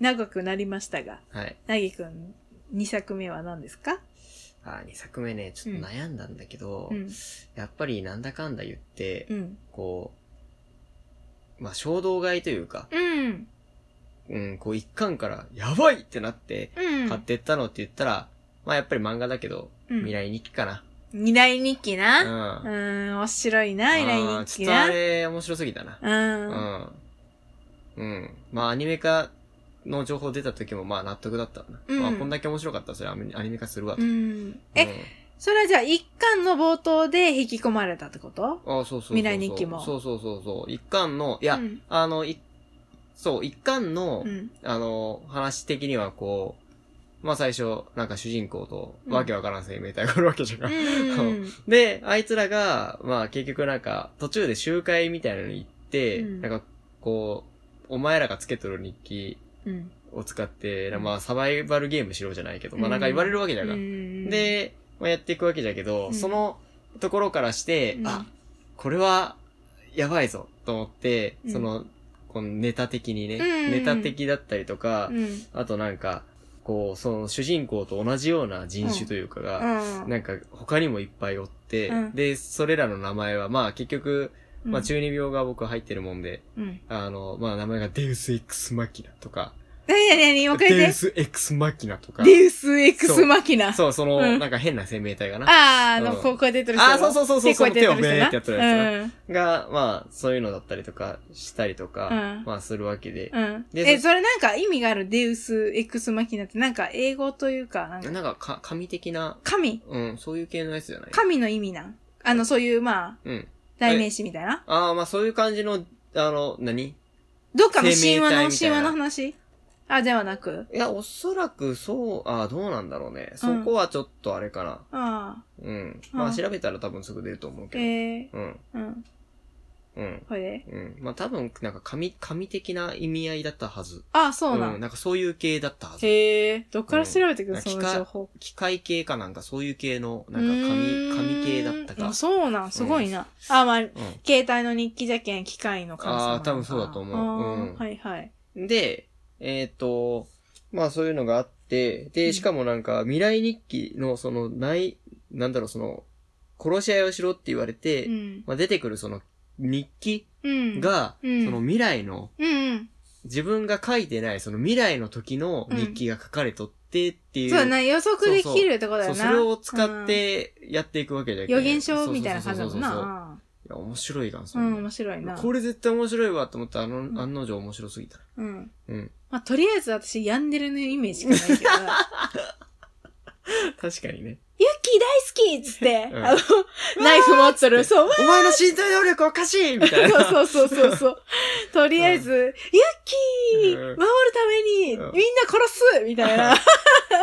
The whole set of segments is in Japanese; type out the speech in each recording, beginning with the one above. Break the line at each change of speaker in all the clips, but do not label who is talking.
長くなりましたが、
はい。
なぎくん、2作目は何ですか
あー、2作目ね、ちょっと悩んだんだけど、
うん。
やっぱりなんだかんだ言って、
うん。
こう、まあ、衝動買いというか、
うん。
うん、こう一巻から、やばいってなって、
うん。
買ってったのって言ったら、まあやっぱり漫画だけど、
うん
未。来日記かな。
未来日記
う。
な。うんーん、面白いな、未
あ
来
ー
日
ち
記
ょっとあ
な。
れ、面白すぎたな。
う。
うんん。うん。まあアニメ化の情報出た時も、まあ納得だったな。
うん
まあこんだけ面白かったら、それアニアニメ化するわと。
うん。
うん
え、それはじゃあ一巻の冒頭で引き込まれたってこと
あ、そうそうそうそう
未来日記も
そうそうそうそう。一巻の、いや、
うん
あの、い、そう、一巻の、
うん。
あの、話的にはこう、まあ最初、なんか主人公と、わけわからん生命体がおるわけじゃ
う
んか。
ん。
で、あいつらが、まあ結局なんか、途中で集会みたいなのに行って、
うん
なんかこう、お前らがつけとる日記
うん。
を使って、
うん
まあサバイバルゲームしろじゃないけど、ま
う
あ
ん
なんか言われるわけじゃんか。
うん、
で、まあやっていくわけじゃけど、
うん
そのところからして、
うん
あ、これは、やばいぞ、と思って、
うん
その、このネタ的にね、
うん
ネタ的だったりとか
う、ん、
あとなんか、こう、その主人公と同じような人種というかが、
うん。
なんか他にもいっぱいおって、
うん
で、それらの名前は、まあ結局、まあ中二病が僕入ってるもんで、
うん。
あの、まあ名前がデウスエクスマキナとか、
なになになにもう一回
デ
言っ
ウ
て。
スエクスマキナとか、
デウスエクスマキナ。
そう、その、
うん
なんか変な生命体がな、
あー、あの、
うん
こうこうやってやってる人。
あそうそうそうそう
手こうやってやってる人
手をベ
な
ーが、まあそういうのだったりとか、したりとか、
うん
まあするわけで、
うん。うん。
で
え、それなんか意味があるデウスエクスマキナって、なんか英語というか、なんか、
なんかか神的な、
神
うん、そういう系のやつじゃない
神の意味なんあの、そういう、まあ、
うん。
代名詞みたいな。
ああ、まあそういう感じの、あの、何
どっかの神話の、
生命体みた
神
いな
話の話あ、ではなく。
いや、おそらくそう、ああ、どうなんだろうね。そ
うん
こはちょっとあれかな。
あ
うん。ま
う
あ
ん
調べたら多分すぐ出ると思う
あ、
けど。
ええ
うん。
うん。
うん。
これで。
うん。まあ多分、なんか神、神的な意味合いだったはず。
あ、そうなん。
ん。なんかそういう系だったはず。
へえ、どっから調べてく
う
る
ん
その情報。
機械系かなんかそういう系の、なん
う
か
ー
神、
ん
神系だったか。
あそうなん、すごいな。あ、まあ、
う
携帯の日記じゃけん、機械の感想
あー多分そうだと思ううん
はいはい。
ん。で、えっ、と、まあそういうのがあって、
う
で、
ん
しかもなんか未来日記のその、ない、なんだろう、その、殺し合いをしろって言われて、
うん。
まあ、出てくるその日記
うん、
が、
うん
その未来の、
うんうん。
自分が書いてないその未来の時の日記が書かれとってっていう。
そうだな、予測できるってことだ
そ
よ
う
な。
それを使ってやっていくわけじゃ
うん。予言書みたいな感じだもん
そうそうそうそう
な。
いや、面白いがん、そ
うん、
んな
面白いな。
これ絶対面白いわと思ったら、あの、
ん
案の定面白すぎた。
うん。
うん。
まあ、とりあえず私、ヤンデルのイメージしかないけ ど、ユッ
確かにね。
キー大好きっつって、
うん
あの、ナイフ持っとる、そう、
お前の身体能力おかしいみたいな。う。
そうそうそうそうそう。とりあえず、ユッキー
う
守る
んう
ため
ん
に、みんな殺すみたい な。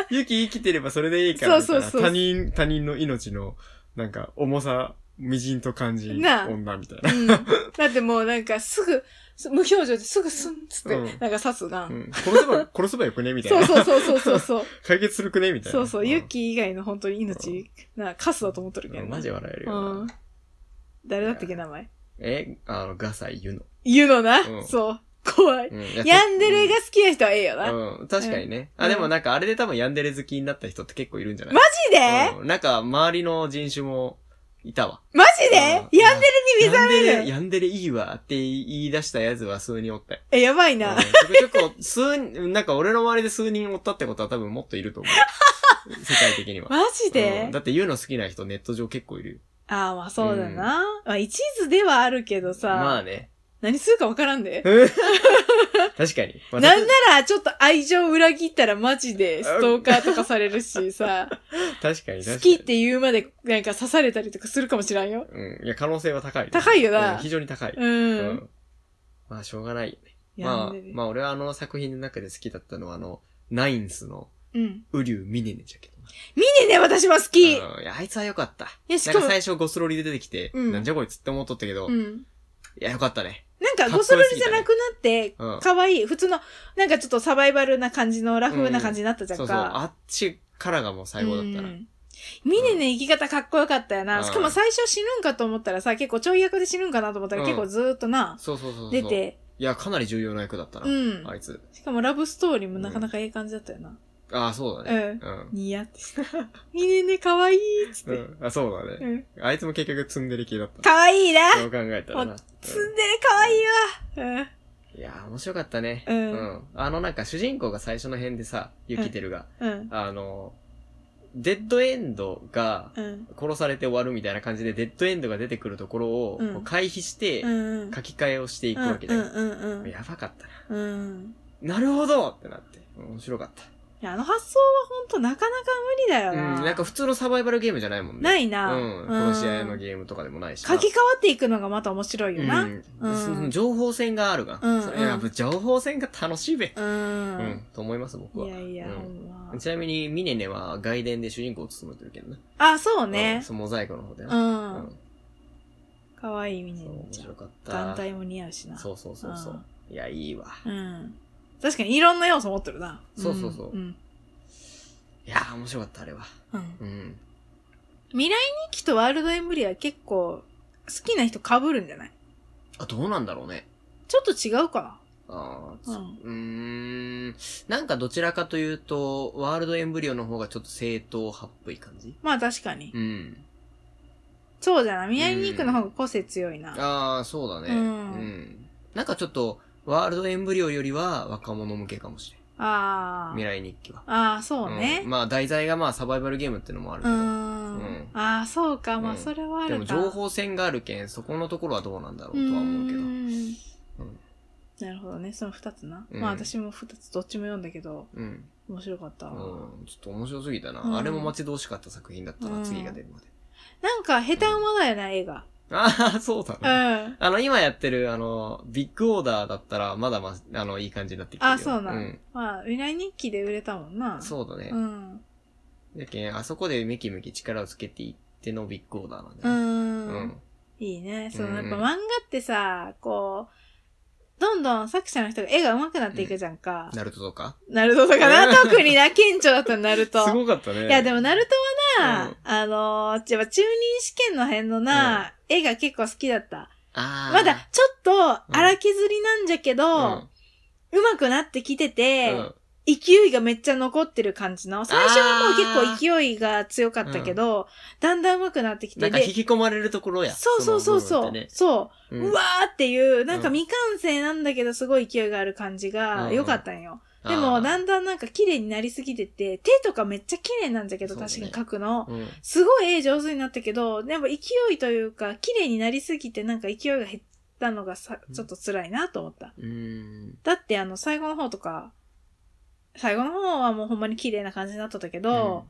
ユキ生きてればそれでいいからみたい
そ
な。
うそうそう
他人、他人の命の、なんか、重さ、みじんと感じ、
なあ
女みたいな。
うん。だってもうなんかすぐ、す無表情ですぐすんっつって、
うん
なんか刺すが。
うんん殺せば、殺せばよくねみたい
そ
な
う。そうそうそうそうそう。
解決するくねみたいな。
そうそう、
ん
ユッキー以外の本当に命、な、カスだと思っとるけど
うん
な。
マジ笑える
う
よな。
ん。誰だったっけ、名前。
え、あの、ガサイユノ。
言うのな
う。ん
そう。怖い。
うん
ヤンデレが好きな人はええよな。マ
うん、確かにね。
うん
あ、でもなんかあれで多分ヤンデレ好きになった人って結構いるんじゃない
マジで
うんなんか周りの人種もいたわ。
マジでヤン
うん
デレに目覚め
ヤンデレ、
る
ヤンデレいいわって言い出したやつは数人おったよ。
え、やばい
うん
な。
ちょくちょく、数人、なんか俺の周りで数人おったってことは多分もっといると 思う。世界的には。
マジ
う
で
んだってユノ好きな人ネット上結構いるよ。
ああ、まあそうだな。まあ一途ではあるけど
まあ
さ、
ね。
何するかわからんで。
確かに。まあ
なんなら、ちょっと愛情裏切ったらマジでストーカーとかされるしさ、
確かに確かに。
好きって言うまでなんか刺されたりとかするかもしらんよ。
うん。いや、可能性は高い。
高いよな
うん非常に高い。
う。。
うんまあ、しょうがないよね。
や
ま
ん
あ
で、る
まあ、俺はあの作品の中で好きだったのは、あの、ナインスの、
うん。
ウリュウミネネじゃけどな。
見ねね、私も好き
うんいや、あいつは良かった。
いや、し
なん
か
か
も、
最初ゴスロリで出てきて、
うん
なんじゃこいつって思っとったけど、
う
い
ん。
や、良かったね。
なんか、
かっこ
ゴ
よ
ス
すぎたね
ロリじゃなくなって
うん、
可愛い。普通の、なんかちょっとサバイバルな感じのラフな感じになったじ
そ
ゃ
うんそう。
か。
あっちからがもう最高だった
う
な。
んミネネ生き方かっこよかったよ
う
な。
ん
しかも最初死ぬんかと思ったらさ、結構ちょい役で死ぬんかなと思ったら
うん
結構ずーっとな、
そうそうそうそう。
出て、
いいや、かなり重要な役だったな。
うん
あいつ。
しかもラブストーリーもなかなかええ感じだったよな。
ああ、そうだ
う
ね。
ん。
うん。
ニヤってした。いいねね、かわいいっつっ
う
て。
ん。あ、そうだ
う
ね。
ん。
あいつも結局ツンデレ系だった。
かわいいな
そう考えたらな。
ツンデレかわいいわ
うんいやー、面白かったね。
うん
あの、なんか主人公が最初の辺でさ、ユキテルが、
うん。うん。
あの、デッドエンドが
うん。
殺されて終わるみたいな感じで、デッドエンドが出てくるところを
うん
こう回避して
う、ん。
書き換えをしていくわけだ
うん
よ。
うんうんうん
やばかったな。
うん。
なるほどってなって。面白かった。
いや、あの発想はほんとなかなか無理だよ
うん
な。、
なんか普通のサバイバルゲームじゃないもんね。
ないいな。
うん。殺し合いの
ゲ
ゲームとかでもないしな。
書き換わっていくのがまた面白いよな。うん。
うん。その情報戦があるが。
うん
それやっぱ情報戦が楽しいべ。うん、と思います、僕は。
いやいや、
うん
ほんま。
ちなみに、ミネネは外伝で主人公を務めてるけどね。
あ、そう
うん
ね。
そのモザイクの方で
う。
な。うん
かわいいみね
そう、面
ちゃ
白
ん。
かった。
眼帯も似合うしな。
そうそうそうそう。いや、いいわ。
うん。確かにいろんな要素持ってるな。。
そうそうそうんいやー、面白かった、あれは。
うん。
うん。
未来日記とワールドエンブリア結構好きな人被るんじゃない
あ、どうなんだろうね。
ちょっと違うか
あー
な
つうーん。なんかどちらかというと、ワールドエンブリオの方がちょっと正統派っぽい感じ
まあ確かに。
うん。
そうじゃない。未来日記の方が個性強いな。
ああ、そうだね。
う
うんん。なんかちょっと、ワールドエンブリオよりは若者向けかもしれん。
あ
未
ー。
来日記は。
あー、そうね
ん。まあ、題材がまあ、サバイバルゲームってのもある
う
けど。
ん
うん。
ああ、そうか。まあ
うん
それはあ
で
る
も、
か。
情報戦があるけん、そこのところはどうなんだろうとは思うけど。うん。
ん
うん
なるほどね、その二つな。
うん
まあ私も二つどっちも読んだけど、
うん。
面白かったわ。
ちょっと面白すぎたな。
うん
あれも待ち遠しかった作品だったな、
うん
次が出るまで。
なんか、下手馬だよな、映画。
ああ、そうだ
う
ね。
ん。
あの、今やってる、あの、ビッグオーダーだったら、まだまあ、あの、いい感じになってきてるよ。
あ、そうなん。
ん。
まあ、未来日記で売れたもんな。
そうだね。
うん。
やけん、あそこでメキメキ力をつけていってのビッグオーダーなん
う。
だよね。うん
いいね。その、やっぱ漫
うん
画ってさ、こう、どんどん作者の人が絵が上手くなっていくじゃんか。
ナルトとか
ナルトとかな、特にな、顕著だったナル ト。
かったね
いや、でも、ナルトはな、
うん
あのー、やっぱ中任試験の辺のな、絵が結構好きだった。
あー
まだ、ちょっと、
ん
荒削りなんじゃけ
う
ど、
ん
うま、くなってきてて、
うん
勢いがめっちゃ残ってる感じの。最初はもう結構勢いが強かったけど、だんだん上手くなってき
な
て
んか引
て、
き込まれるところや。
そうそうそう
の
そう、
部分ってね
そうう、
ん
うわーっていう、なんか
うん
未完成なんだけどすごい勢いがある感じが良かったんよ。
あー
でも、だんだんなんか綺麗になりすぎてて、手とかめっちゃ綺麗なんじゃけど、
そうだね
確かに描くの。
うん
すごい絵上手になったけど、やっぱ勢いというか、綺麗になりすぎてなんか勢いが減ったのがさ、ちょっと辛いなと思った。
うん。
だってあの、最後の方とか、最後の方はもうほんまに綺麗な感じになっとったけど、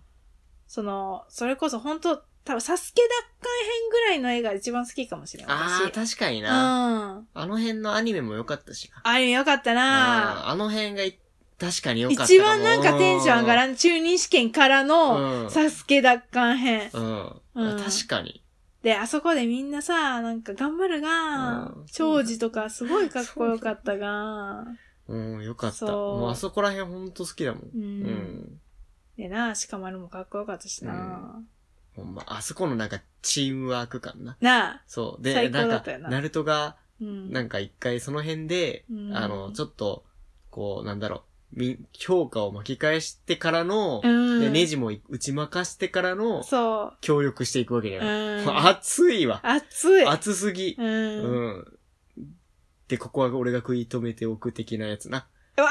その、それこそほんと、多分サスケ奪還編ぐらいの絵が一番好きかもしれない。
ああ、
私
確かに
う
な。
ん。
あの辺のアニメも良かったしな。
あれよかったな
あーあの辺がい確かに良かったかも。
一番なんかテンション上がらん中任試験からの、
うん。
サスケ奪還編。
うん
うん
あ確かに。
で、あそこでみんなさ、なんか頑張るが
うん、
長寿とかすごいかっこよかったが、
うん、良かった。
そう
もうあそこら辺ほんと好きだもん。
う。
うんん。
でな、しかまるもかっこよかったしな。
ほんま、あそこのなんかチームワーク感な。
なあ、
そう。で、
最高
なん
だっ
か
たよな、
ナルトが、
うん。
なんか一回その辺で、
うん
あの、ちょっと、こう、なんだろう、み、評価を巻き返してからの、
うん
で、ネジも打ち負かしてからの、
そ
協力していくわけだ
う。
よ
う。 ん。
もう熱いわ。
熱い。
熱すぎ。
う。
うんん。で、ここは俺が食い止めておく的なやつな。
熱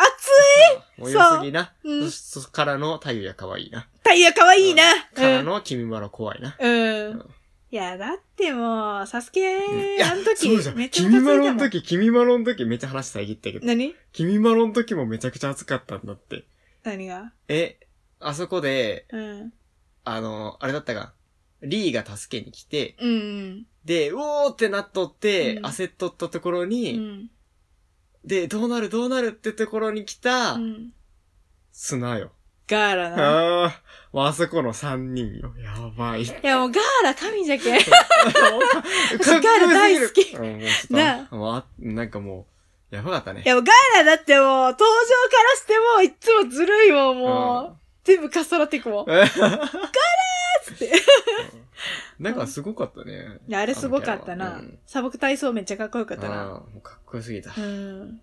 い
もう良すぎな。
そううん
そそそからの太陽や可愛いな。
タイヤかわいいな。
からの君まろ怖いな。
うん。うん。いや、だってもう、サスケ、
い
あ
や
の時
そうじゃ、
めっ
ん。
ちゃ
君
ムカつい
まろ
たも
の
ん。
時、君まろの時めっちゃ話遮ったけど、
何
君まろの時もめちゃくちゃ熱かったんだって。
何が
え、あそこで、
うん。
あの、あれだったか。リーが助けに来て、
うん。
で、うおーってなっとって、
うん
焦っとったところ
う
に、
ん。
で、どうなるどうなるってところに来た、
うん。
砂よ。
ガーラな。
ああ、もうあそこの三人よ。やばい。か
いや、もうガーラ神じゃ け。
っこよすぎる
ガール大好き
うんもうちょっと
な
もうあなんかもう、やばかったね
い。や、もうガーラだってもう、登場からしてもう、いっつもずるいもん、もう。全部かっさらっていくもん。
うん
つっって。
なんかすごかったね。
いやあれすごかったな。
うん
砂漠体操めっちゃかっこよかった
あ
な。
ーもうかっこよすぎた
う。ん。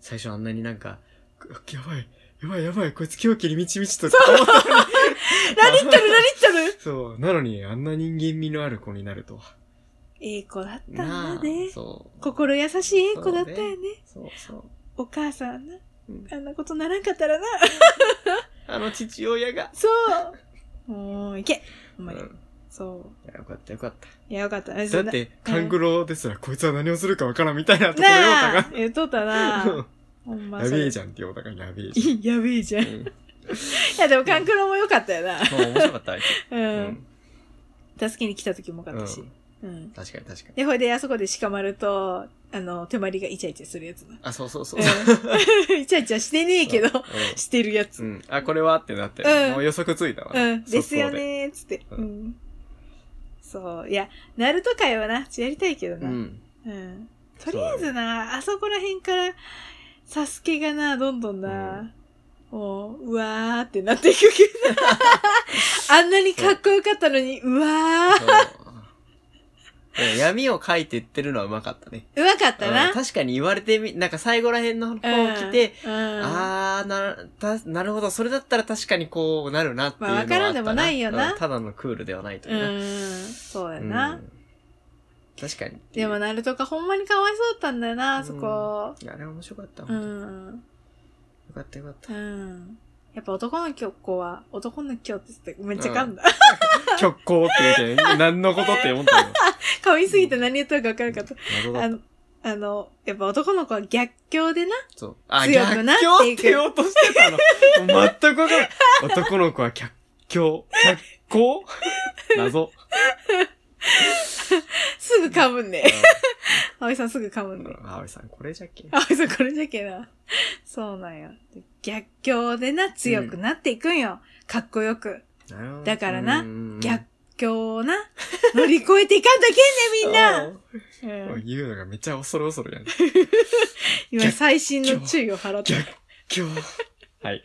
最初あんなになんか、くやばい、やばいやばい、こいつ狂気に満ち満ちと捕まったのに。
ラリットルラリットル
そう、なのにあんな人間味のある子になるとは。
ええ子だったん
な
だね。
そう。
心優しいええ子だったよね。
そうそう。
お母さんな
うん。
あんなことならんかったらな。
あの父親が。
そう。もう、いけ。ほんまに
う。ん
そう。
いやよかったよかった。
いや、よかった。だっ
だって、勘九郎ですら、こいつは何をするかわからんみたいなところよ、
な
お
あ言っとったな
互い
ほんま
や
そ
べえ
れ
じゃんっていうお互いやべえじゃん。
い やべえじゃん。い
うん
や、でも、勘九郎もよかったよな。
まあ面白かった、あいつ。
う。。
うん
助けに来た時もよかったし。うん。
確かに確かに。
で、ほいで、あそこで鹿丸と、あの、手まりがイチャイチャするやつな。
あ、そうそうそう。
うん イチャイチャしてねえけど、
う
してるやつ。
ん。うんあ、これはってなって
うん、
もう予測ついたわ。
うん。
速攻
ですよ。ねー、つって。う
うん
ん。そう。いや、ナルト界はな、やりたいけど
う
な。
ん。
うんとりあえずな、あそこら辺から、サスケがな、どんどんな、もう、うわーってなっていくけ ど、あんなにかっこよかったのに、うわ
そういや闇を描いてってるのはうまかったね。
ー、うまかった
う。
なん
確かに言われてみ、なんか最後ら辺の方来て、
うん、うん
あー、な、た、なるほど。それだったら確かにこうなるなっていうのはあった
まあわからんでもないよな
うんただのクールではないといううな。
ん、そうや
う
な。
ん確かに。
でも、ナルトがほんまにかわいそうだったんだよな、あそこ。
いやあれは面白かった。
う
本当によ
ん、
かったよかった
う。ん。やっぱ男の子は、男の子って言ってめっちゃ噛んだ。
極光って言うて、何のことって 思ったよ。
噛みすぎて何言ってるか分からんかった。
謎だ
あ
った
の、あの、やっぱ男の子は逆境でな。
そう。あ、
強
逆
くなっ
境って
いく
て言おうとしてたの。もう全くわからない。男の子は逆境。逆光謎。
すぐ噛むんで。葵さんすぐ噛むんで。
あ、葵さん、これじゃっけ
葵さんこれじゃけな。そうなんや。逆境でな、強くなっていくんよ。かっこよく。
なるほど
だからな
うんうんうん
逆境をな、 乗り越えていかんといけんね、みん
あ
な。
ー
うん、
言うのがめっちゃ恐る恐るやん。
今、最新の注意を払って。
逆境。 はい。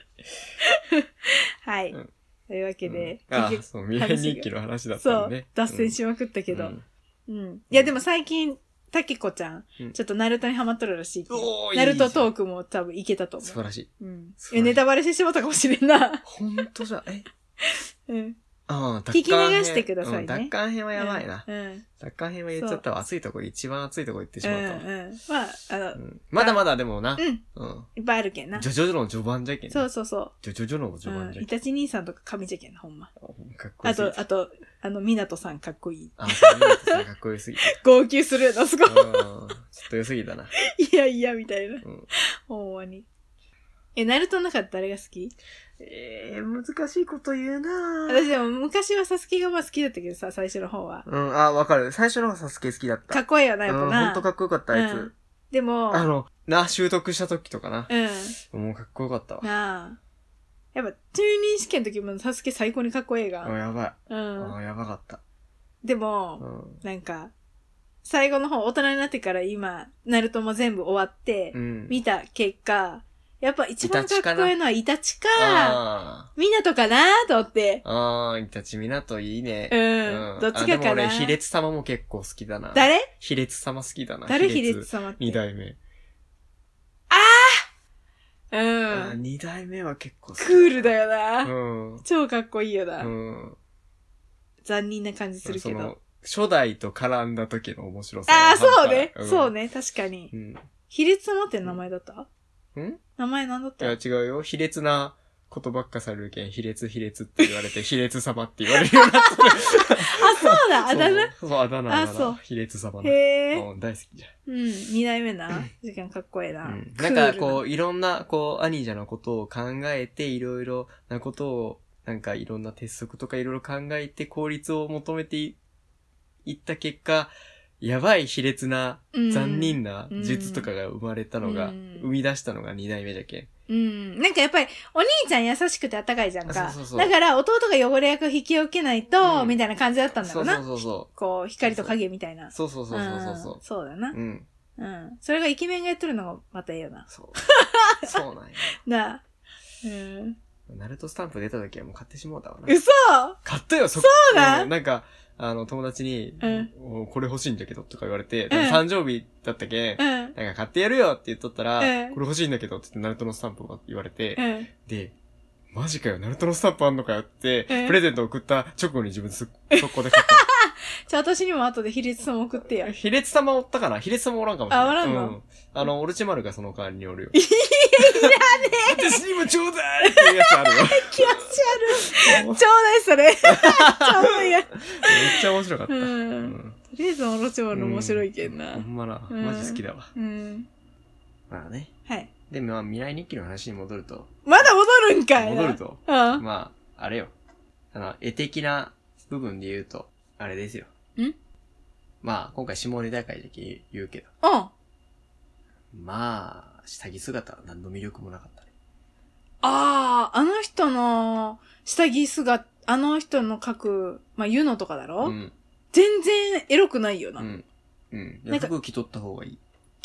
はい。
うん
というわけで、
うんあ
結、局
そう、未来日記の話だっ
そ
たん
う
ね。、
脱線しまくったけど。
う
うんん。いや、でも最近、たけこちゃん
うん、
ちょっとナルトにハマっとるらしいけど
おーいいじ
ナ
ゃん
ルトトークも多分いけたと思
素
う
晴。らしい。
うん
素。
い
晴らしい
やネタバレしてしまったかもしれんな。
ほんとじゃ、え
うん。
ああ、
聞き
奪還編
流してくださいね
うん奪還 編はやばいな。
うん。うん。
奪還編は言っちゃったわ。熱いとこ、一番熱いとこ行ってし
うん
まったわ。
うん。まあ、あの
う、んまだまだでもな。
うん。
うん。
いっぱいあるけんな
ジ。ョジョジョの序盤じゃけん。
そうそうそ
ジョジョジョの
う。う
序盤
ん。
じゃ
イ
けん。
タチ兄さんとか神じゃけんな、ほんま。
かっこよ
あ
すぎ
と、
た。
あと、あの、港さんかっこいい。
あ、そうミナトさんかっこ よすぎた。
号泣するよな、すごい。
うん。ちょっと良すぎたな。
いやいや、みたいな。
うん。
ほんまに。え、ナルトの中で誰が好き
えー、難しいこと言うな
私でも昔はサスケがまあ好きだったけどさ、最初の方は。
うん、あ、わかる。最初の方サスケ好きだった。
かっこいいよな、やっぱ
うん、ほんとか
な。
っこよかった、あいつ。
うんでも、
あの、な、習得した時とかな。
うん。
もうかっこよかったわ。
なあ。やっぱ、中任試験の時もサスケ最高にかっこいい
あ、
が。
やばい。
うん。
あ、やばかった。
で
う
も、
ん。
なんか、最後の方、大人になってから今、ナルトも全部終わって
う、ん。
見た結果、やっぱ一番
イタチ
か
か
っ
な
こいいのはイタチか、
あ
みなとかなと思って。
ー。あー、イタチミナトいいね。
うんどっちがかな
あでも俺、卑劣様も結構好きだな。
誰
卑劣様好きだな。
誰秀ツ様って。
二代目。
う
あ
ん。
二代目は結構好き
クールだ
よ。
よな。
うん。
超かっこいいよな。
うん。
残忍な感じするけ
そ
ど。
の、初代と絡んだ時の面白さ。
ああ、そうね、そう
ね。
ね。確かに
う。ん。
卑劣様って名前だった、
んい
名前なんだった
や、違うよ。卑劣なことばっかされるけん、卑劣卑劣って言われて、 卑劣様って言われるようになってる。
あ、そうだ、 あだ名
そうそう、あだ名。
あそう
卑劣様な。
へえ。
うん、大好きじゃん。
うん、二代目な。時間かっこええな。
うん
クー
な
ル
んかこう、いろんな、こう、兄者のことを考えて、いろいろなことを、なんかいろんな鉄則とかいろいろ考えて、効率を求めていいった結果、やばい卑劣な、
うん
残忍な術とかが生まれたのが、
うん
生み出したのが二代目じゃけん。
うん。なんかやっぱり、お兄ちゃん優しくてあったかいじゃんか。
あそうそうそう
だから、弟が汚れ役を引き受けないと、
うん
みたいな感じだったんだろうな。
そうそ
こう、光と影みたいな。
うそうそう。そうそうそうそ
う
う
ん
そ
そうだな
う。う。ん。
うん。それ がイケメンがやってるのがまたええよな。
そう。そうなんや。
なあ。うん。
ナルトスタンプ出た時はもう買ってしもうたわな。
嘘
買ったよ、そ
そうなん
うんなんか、あの、友達に、
うん
おこれ欲しいんだけど、とか言われて、
うん
誕生日だったけん、
うん。
なんか買ってやるよって言っとったら、
うん
これ欲しいんだけどって言って、ナルトのスタンプを言われて、
うん。
で、マジかよ、ナルトのスタンプあんのかよって、
うん
プレゼント送った 直後に自分す、速攻で買っ
じゃあ私にも後で比率も送ってや
た。
る。
卑劣様おったかな卑劣様おらんかもしれない。
あおらんの
うん、あの、オルチマルがその代わりにおるよ。いらねえ私にもちょうだいっていうやつ あるよ。
気持ち悪い。ちょうだいそれ。 ちょうだいや。
めっちゃ面白かった。
う。
うんん
とりあえずオロチマル面白いけん
ほ。
なん
まな、
うん
マジ好きだわ。
うん。
まあね。
はい。
で、まあ、未来日記の話に戻ると、
まだ戻るんかいな
戻る。と、
うん。
まあ、あれよ。あの、絵的な部分で言うと、あれですよ。
ん
まあ、今回下ネタ会だけ言うけど、
うん。
まあ、下着姿は何の魅力もなかったね。
ああ、あの人の下着姿、あの人の描く、まあ、ユノとかだろ、
うん。
全然エロくないよな。
うん。うん。い
な
や
んか
服着とった方がいい。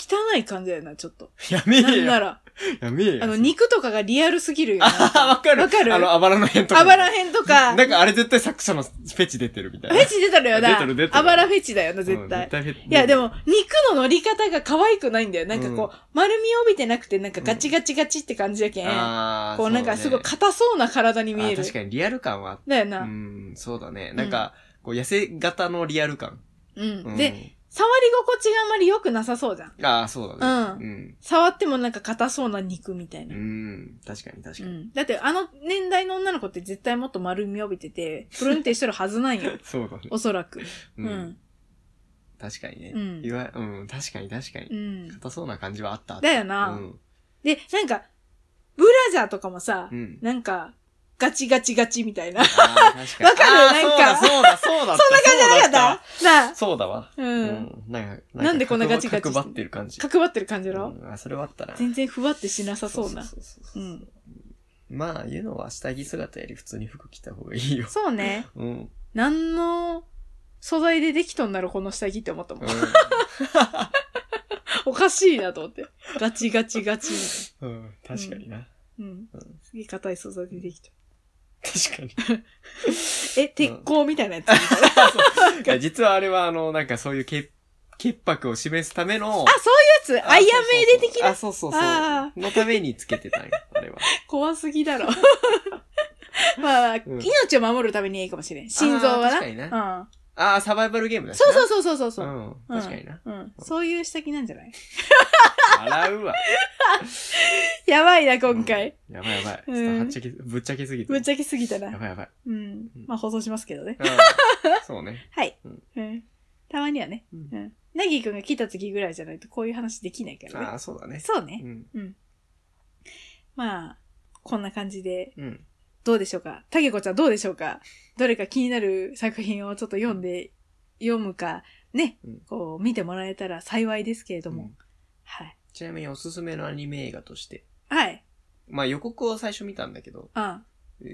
汚い感じだよな、ちょっと。
やめ え
なんな
や。
ら、
やめえや。
あの、
それ
肉とかがリアルすぎるよな。
ああ、わかる。
わかる
あの、あばらの辺とか。
あばらへんとか、フ
なんかあれ絶対作者のフェチ出てるみたいな。
ェチ出たのよ
出
な
てる出て。る
あばらフェチだよな、
う
絶
ん
対。
絶対フェチ。
いや、でも、肉の乗り方が可愛くないんだよ。なんかこう、
うん
丸みを帯びてなくて、なんかガチガチガチって感じやけん。
あー、
こう、なんかすごい
そうね
硬そうな体に見え
あ
る。
確かにリアル感はあっ
だよな。
う
うん。
ん、そうだね。なんか、こう、痩せ型のリアル感。うん
で、、触り心地があんまり良くなさそうじゃん。
ああ、そうだ
う
ね。
触ってもなんか硬そうな肉みたい
うん。う
な。
ん、確かに確
う
かに。。
ん。だって、あの年代の女の子って絶対もっと丸みを帯びてて、プルンってしてるはずないよ
そうだね。
おそらく。う
うん。
ん。
確かにね
う。ん
い。わうん、確かに確か
う
に。
ん。
硬そうな感じはあった。
だよ
う
な。
ん。
で、なんか、ブラジャーとかもさ、
うん。
なんか、ガチガチガチみたい な。そん
あー確かに
わかる
あー
なんか
そうだ、そうだ、そうだ
な
った。
感じじゃなかったなあ。
そうだったそうだわ。
う。
うんん。なんか、
なんでこんなガチガチしてんの
角張ってる感じ。
角張ってる感じだろ、
うんあ、それはあったな。
全然ふわってしなさそうな。
そうそうそうう。
ん。
まあ、言うのは下着姿より普通に服着た方がいいよ。
そうね。
うん。
何の素材でできとんだろ、この下着って思ったもん。おかしいなと思って。ガチガチガチみたい
うん、うん確かにな。
な。うん。すげえ硬い素材でできと
確かに。
る。え、鉄鋼みたいなやつみたいな。あ、
いや実はあれは、あの、なんかそういう潔潔白を示すための、
そういうやつアイアンメイデ的な
あ、そうそうそう。
あ
のためにつけて たんよ、あれは。
怖すぎだ ろ。まあ、
ん
命を守るためにはいいかもしれん。心臓
あー
は
確かにな
な。うん。
ああ、サバイバルゲームだし
そう
う
そうそうそうそう。う
うん、確かにな。
うん。そういう指摘なんじゃない
笑うわ。
やばいな、今回。
うん。やばいやばい。ちょ
うん
っとはっちゃけ、ぶっちゃけすぎて。
ぶっちゃけすぎたな
や。ばいやばい。
うん。まあ、放送しますけどね。
うん、そうね。
はい
うん。
うん。たまにはね。
う
うんん。なぎくんが来た時ぐらいじゃないと、こういう話できないからね
あ。あ、そうだね。
そう
う
ね。
ん。
うん。まあ、こんな感じで、
うん。
どうでしょうかたけこちゃんどうでしょうかどれか気になる作品をちょっと読んで、読むか、ね
うん、
こう、見てもらえたら幸いですけれど
う
も
ん。
はい。
ちなみにおすすめのアニメ映画として。
はい。
まあ予告を最初見たんだけど、
うん。は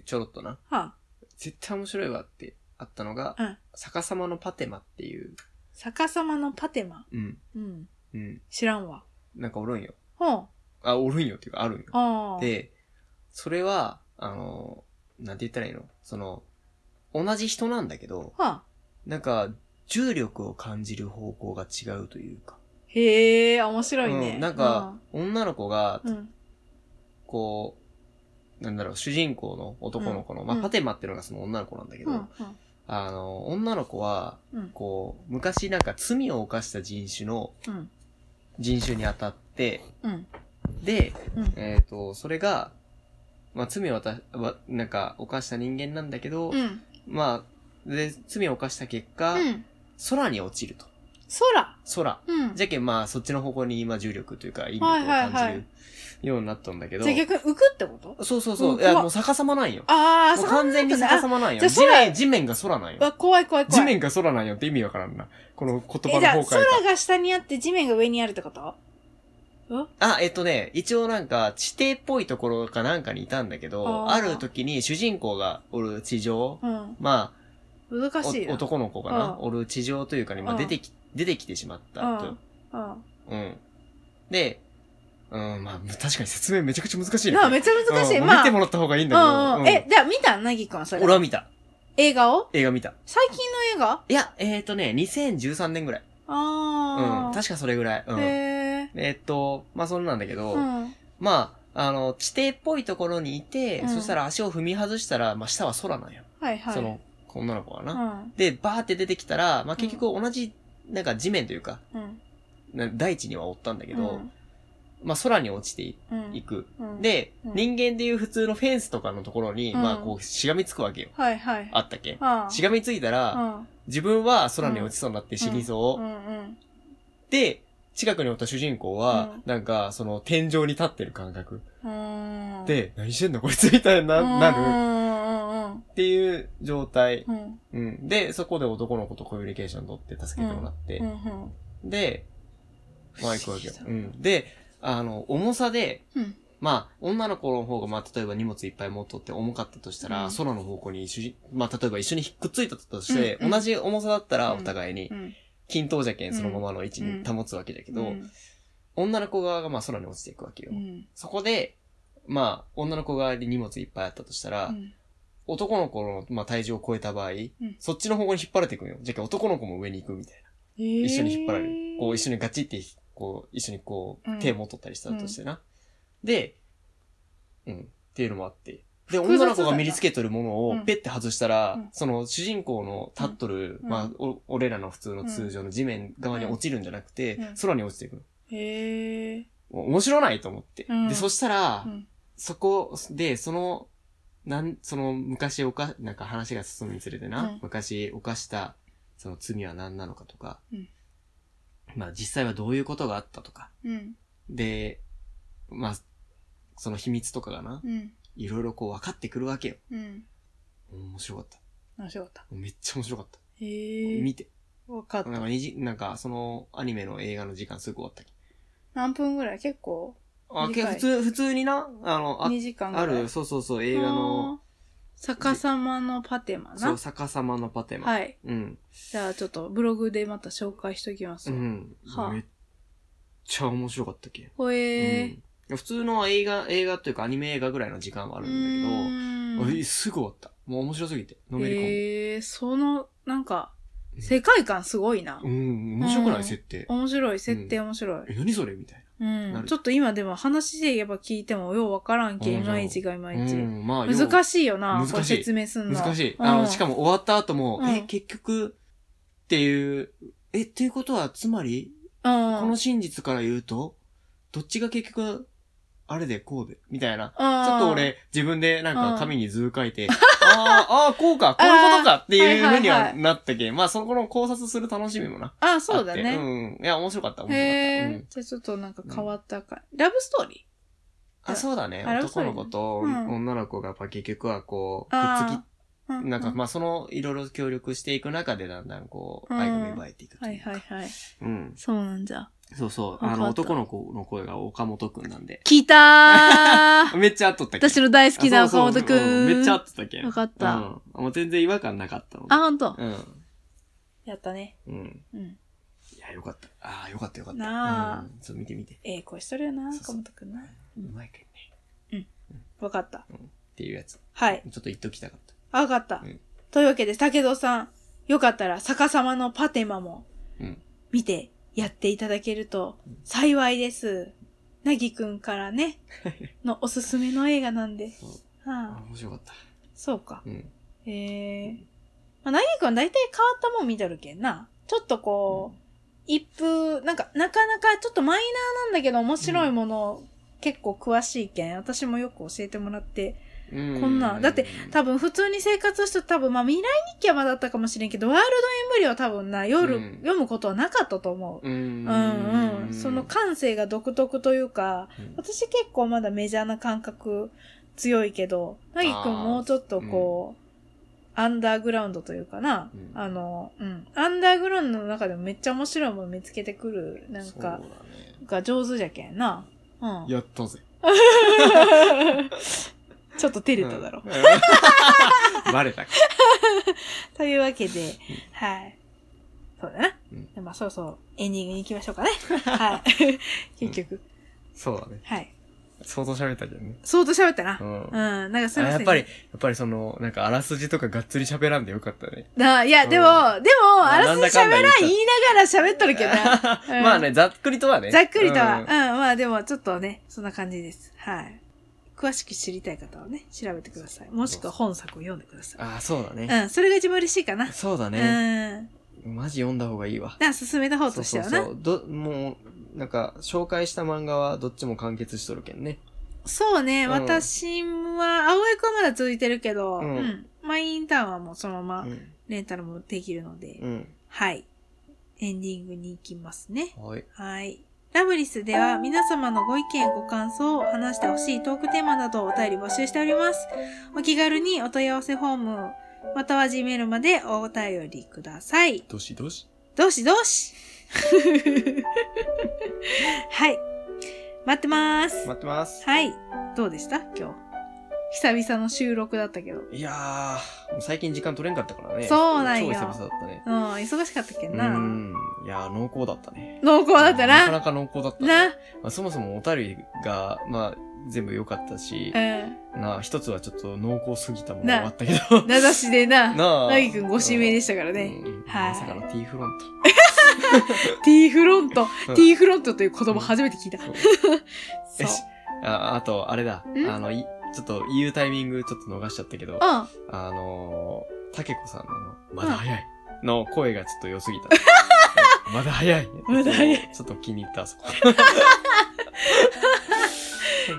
ちょろっとな。
あ。
絶対面白いわってあったのが、
うん
逆さまのパテマっていう。
逆さまのパテマ。
うん。
うん。
うん。
知らんわ。
なんかおるんよ。
ほう。
あ、おるんよっていうか、あるんよ。
ああ。
で、それは、あの、なんて言ったらいいのその、同じ人なんだけど、
はあ。
なんか、重力を感じる方向が違うというか。
へえ、面白いね。
うん、なんか、女の子が
う、ん、うん。
こう、なんだろう、主人公の男の子の、
うん
まあ、
うん
パテマっていうのがその女の子なんだけど、
うん。
あの、女の子は、
うん。
こう、昔なんか罪を犯した人種の、
うん。
人種に当たって、
うん。
で、
うん。
えっ、と、それが、まあ、罪をた、わなんか、犯した人間なんだけど、
うん。
まあ、で、罪を犯した結果、
うん。
空に落ちると。
空。
空。
うん。
じ
じゃ
ゃけん、まあ、そっちの方向に今重力というか、引力を
はいはいは
感
い
じるようになったんだけど。
あ逆に浮くってこと
そうそうそう。
うん
いや、
怖っ
もう逆さまなんよ。
ああ、
もう
そう
完全に逆さまなんよ。
あじゃ
地
あ空
面、地面が空なん
わ、
よ。
怖い怖い怖い。
地面が空なんよって意味わからんな。この言葉
え、じゃあ
の方から。
空が下にあって地面が上にあるってこと
あ、えっとね、一応なんか地底っぽいところかなんかにいたんだけど、
あー
ある時に主人公がおる地上、
うん。
まあ
難しい
お
な。
男の子かな、
うん
おる地上というかに、まあ、
うん
出てき、出てきてしまったと。
うん。
うん。で、うん、まあ、確かに説明めちゃくちゃ難しいね。
なあめっちゃ難しい。
うん
まあ、
見て
う
もらった方がいいんだけど。
んうん。え、じゃあ見たなぎくんはそ
俺
れ。
は見た。
映画を
映画見た。
最近の映画
いや、えっ、ー、とね、2013年ぐらい。
あ
うん、
あ。
確かそれぐらい。うん。え
へえ。
ーっと、まあ、そんなんだけど、
うん。
まあ、あの、地底っぽいところにいて、
うん
そしたら足を踏み外したら、まあ、下は空なんよ。
はいはい。
その、女の子はな。
うん。
で、バーって出てきたら、まあ、結局同じ、なんか地面というか、
うん。
な大地にはおったんだけ
け
ど、まあ、空に落ちてい
うん。
いく。
うん、
で、
うん
人間でいう普通のフェンスとかのところに、
うん
まあ、こう、しがみつくわけよ。
はいはい。
あったっけ
あ
しがみついたら、
うん。
自分は空に落ちそうになって死にそう。
うんうん。
で、近くにおった主人公は、
うん
なんか、その天井に立ってる感覚。
うん。
で、何してん だこいつみたいにな、
うん、
なる
な
っていう状態
う。んうんうん。
うん。で、そこで男の子とコミュニケーション取って助けてもらって
うん。う。ん
で、まあ行くわけよ
不。思
う
議だ
ん。で、あの、重さで、
うん。
まあ、女の子の方が、まあ、例えば荷物いっぱい持っとって重かったとしたら、
うん
空の方向に一緒に、まあ、例えば一緒にひっくっついたとして、
うんうん
同じ重さだったら、
うん
お互いに
う、ん。
均等じゃけん、そのままの位置
う
に
ん
保つわけだけど、
うん
女の子側が、まあ、空に落ちていくわけよ。
うん。
そこで、まあ、女の子側に荷物いっぱいあったとしたら、
うん
男の子の、まあ、体重を超えた場合、
ん
そっちの方向に引っ張られていくんよ。じゃけ男の子も上に行くみたいな。一緒に引っ張られる。こう、一緒にガチって、こう、一緒にこ
うん
う、手持っとったりしたとしてな。で、うん、っていうのもあって。で、
複雑だ
女
な
の子が身につけとるもの
う
を
ん
ペッて外したら、
うん
その主人公の立っとる、
うん
まあお、俺らの普通の通常の地面側に落ちるんじゃなくて、
うん
空に落ちていくの。
へえ。
もう面白ないと思って。
うん
で、そしたら、
うん
そこで、その、なん、その昔おか、なんか話が進むにつれて
う
な、
ん
昔犯した、その罪は何なのかとか、
うん
まあ実際はどういうことがあったとか、
うん。
で、まあ、その秘密とかがな、
うん。
いろいろこう分かってくるわけよ。
うん。
面白かった。
面白かった。
めっちゃ面白かった。
へえ。
見て。
わかっ
なん
た。
か二時、なんかそのアニメの映画の時間すぐ終わったっけ
何分ぐらい結構
あ、け
短い
普通、普通にな、あの、あ
?2 時間ぐらい。
ある、そうそうそう、映画の、
あー。逆さまのパテマ
そう、
な。
逆さまのパテマ。
はい。
うん。
じゃあちょっとブログでまた紹介しときます
う
わ。
ん。
はあ
めっちゃ面白かったっけ。
ほえー。
うん、普通の映画、映画というかアニメ映画ぐらいの時間はあ
う
るんだけ
ー
ど、
ん
あえすぐ終わった。もう面白すぎて、のめり込む。
へえー、その、なんか、
うん
世界観すごいな。
うん、面白くな
うん
い設定。
面白い、設定面白い。
え、何それみたい
うん。
なる
ちょっと今でも話で言えば聞いてもようわからんけ、
う
い
ん
まいちがいま
な。
いち。
ん、まあ、
難
し
しいよな、
難しい
これ説明すんの。
難しい。あの、しか
も。
も終わった後も、
うん
え、結局、っていう、え、っていうことは、つまり、
うん。
この真実から言うと、どっちが結局、あれでこうで、みたいな。ち
ち
ょっと、俺、自分でなんか紙に図書 いて、ああ、ああ、こうか、こういうことかっていうふうに
はいはい
は
は
なったけん。まあ、その頃の考察する楽しみもな。
あ、そうだ
あって
ね。
うん。いや、面白かった、面
へ
白か
え
っ、
じゃあちょっとなんか変わったか。ラブストーリ
た。うん。あ、そうだね。
あれは
男の子と
そうだねうん
女の子がやっぱ結局はこう、くっ
あー
つ
ー
き、なんか、まあ、その、いろいろ協力していく中でだんだんこう、
うん
愛が芽生えていくと
は
いう
い
か
はいはい。
うん。
そうなんじゃ。
そうそう。
わか
あ
った
の、男の子の声が岡本くんなんで。
聞いた ー
めっちゃ合っとったけん
私の大好きな
あそう
岡
そう
本く。
うんめっちゃ合っとったけん。
わかった
うん。もう全然違和感なかったので
あ、。ほんと。
うん。
やったね。
うん。
うん。
いや、よかった。ああ、よかったよかった。
なあ
うん、そう、見て見て。
ええ声しとるよな、
そう
岡
そう
本くんな。
うまいけんね。
わかった。
っていうやつ。ちょ
はい。
っと言っときたかった。
あわかった。
うん
というわけで、武藤さん、よかったら逆さまのパテマも
うん。
見てやっていただけると幸いです。なぎくんから ね、のおすすめの映画なんで。
そう。あ
はあ、
面白かった。
そうか。
うん。
へえ。まあ、なぎくんは大体変わったもん見とるけんな。ちょっとこう、一風、なんか、なかなかちょっとマイナーなんだけど面白いものを結構詳しいけん、私もよく教えてもらって、
う
こんなだって、多分普通に生活して多分まあ未来日記はまだあったかもしれんけどワールドエンブリオは多分な夜、
うん
読むことはなかったと思う。
うん。
うんうん、その感性が独特というか
うん、
私結構まだメジャーな感覚強いけどなぎくんもうちょっとこう、アンダーグラウンドというかな、
うん
あの、うん、アンダーグラウンドの中でもめっちゃ面白いもの見つけてくるなん
そう
か
だね。
が上手じゃけんな、うん、
やったぜ。
ちょっと照れただろ、
うん。 バレたか。
というわけで、はい。そうだな。
うん
でまあ、そろそろエンディングに行きましょうかね。はい。結局。
そうだね。
はい。
相当喋ったけどね。
相当喋ったな
う。ん。
うん。なんかす
あ
みません。
やっぱり、やっぱりその、なんかあらすじとかがっつり喋らんでよかったね。
な。いや、でも、
う
でも、あらすじ喋らん
なんだかんだ
言い
言
ながら喋っとるけどな。 うん
まあね、ざっくりとはね。
ざっくりとは。う
う
んん、まあでも、ちょっとね、そんな感じです。はい。詳しく知りたい方はね、調べてください。もしくは本作を読んでください。
ああ、そうだね。
うん、それが一番嬉しいかな。
そうだ
うん。
ね。
な
マジ読んだ方がいいわ。
んか進めた方としてはな。そう
う。ど、もう、なんか、紹介した漫画はどっちも完結しとるけんね。
ね、
うん
私は、青江くんはまだ続いてるけど、
う
うんん。マイインターンはもうそのま
う
ま、
ん。
レンタルもできるので、
うん。
はい。エンディングに行きますね。
はい。
はい。ラブリスでは皆様のご意見、ご感想、話してほしいトークテーマなどをお便り募集しております。お気軽にお問い合わせフォーム、または Gmail までお便りください。
どしどし。
どしどし はい。待ってます。
待ってます。
はい。どうでした今日。久々の収録だったけど。
いやー、もう最近時間取れんかったからね。
そうなんよ
超久々だったね。
うん、忙しかったっけ
うん
な。
ん。いやー、濃厚だったね。
濃厚だった
かな
な。
か濃厚だったね。
な。
まあ、そもそもおたりが、まあ、全部良かったし、
う
なあ、一つはちょっと濃厚すぎたもの
な
があったけど。
ん。名指しでな。
なあ。
なぎくんご指名でしたからね。
うん
はい
まさかの T フロント。
T フロント、
うん
T フロントという言葉初めて聞いた。
そう
そう
よし。あ、あと、あれだ。
ん
あの、いちょっと言うタイミングちょっと逃しちゃったけど、
うん。
あのー、たけこさんのあの、まだ早いの声がちょっと良 すぎた。うんまだ早い。
まだ早い。
ちょっと気に入った、あそこ。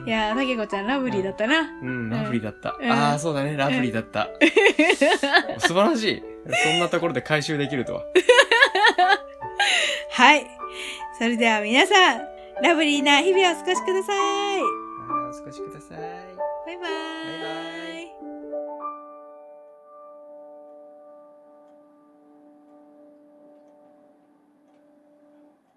いやー、たけこちゃんラブリーだったな。
うん、ラブリーだった。
うん
ああ、そうだね、ラブリーだった。素晴らしい。そんなところで回収できるとは。
はい。それでは皆さん、ラブリーな日々をお過ごしください。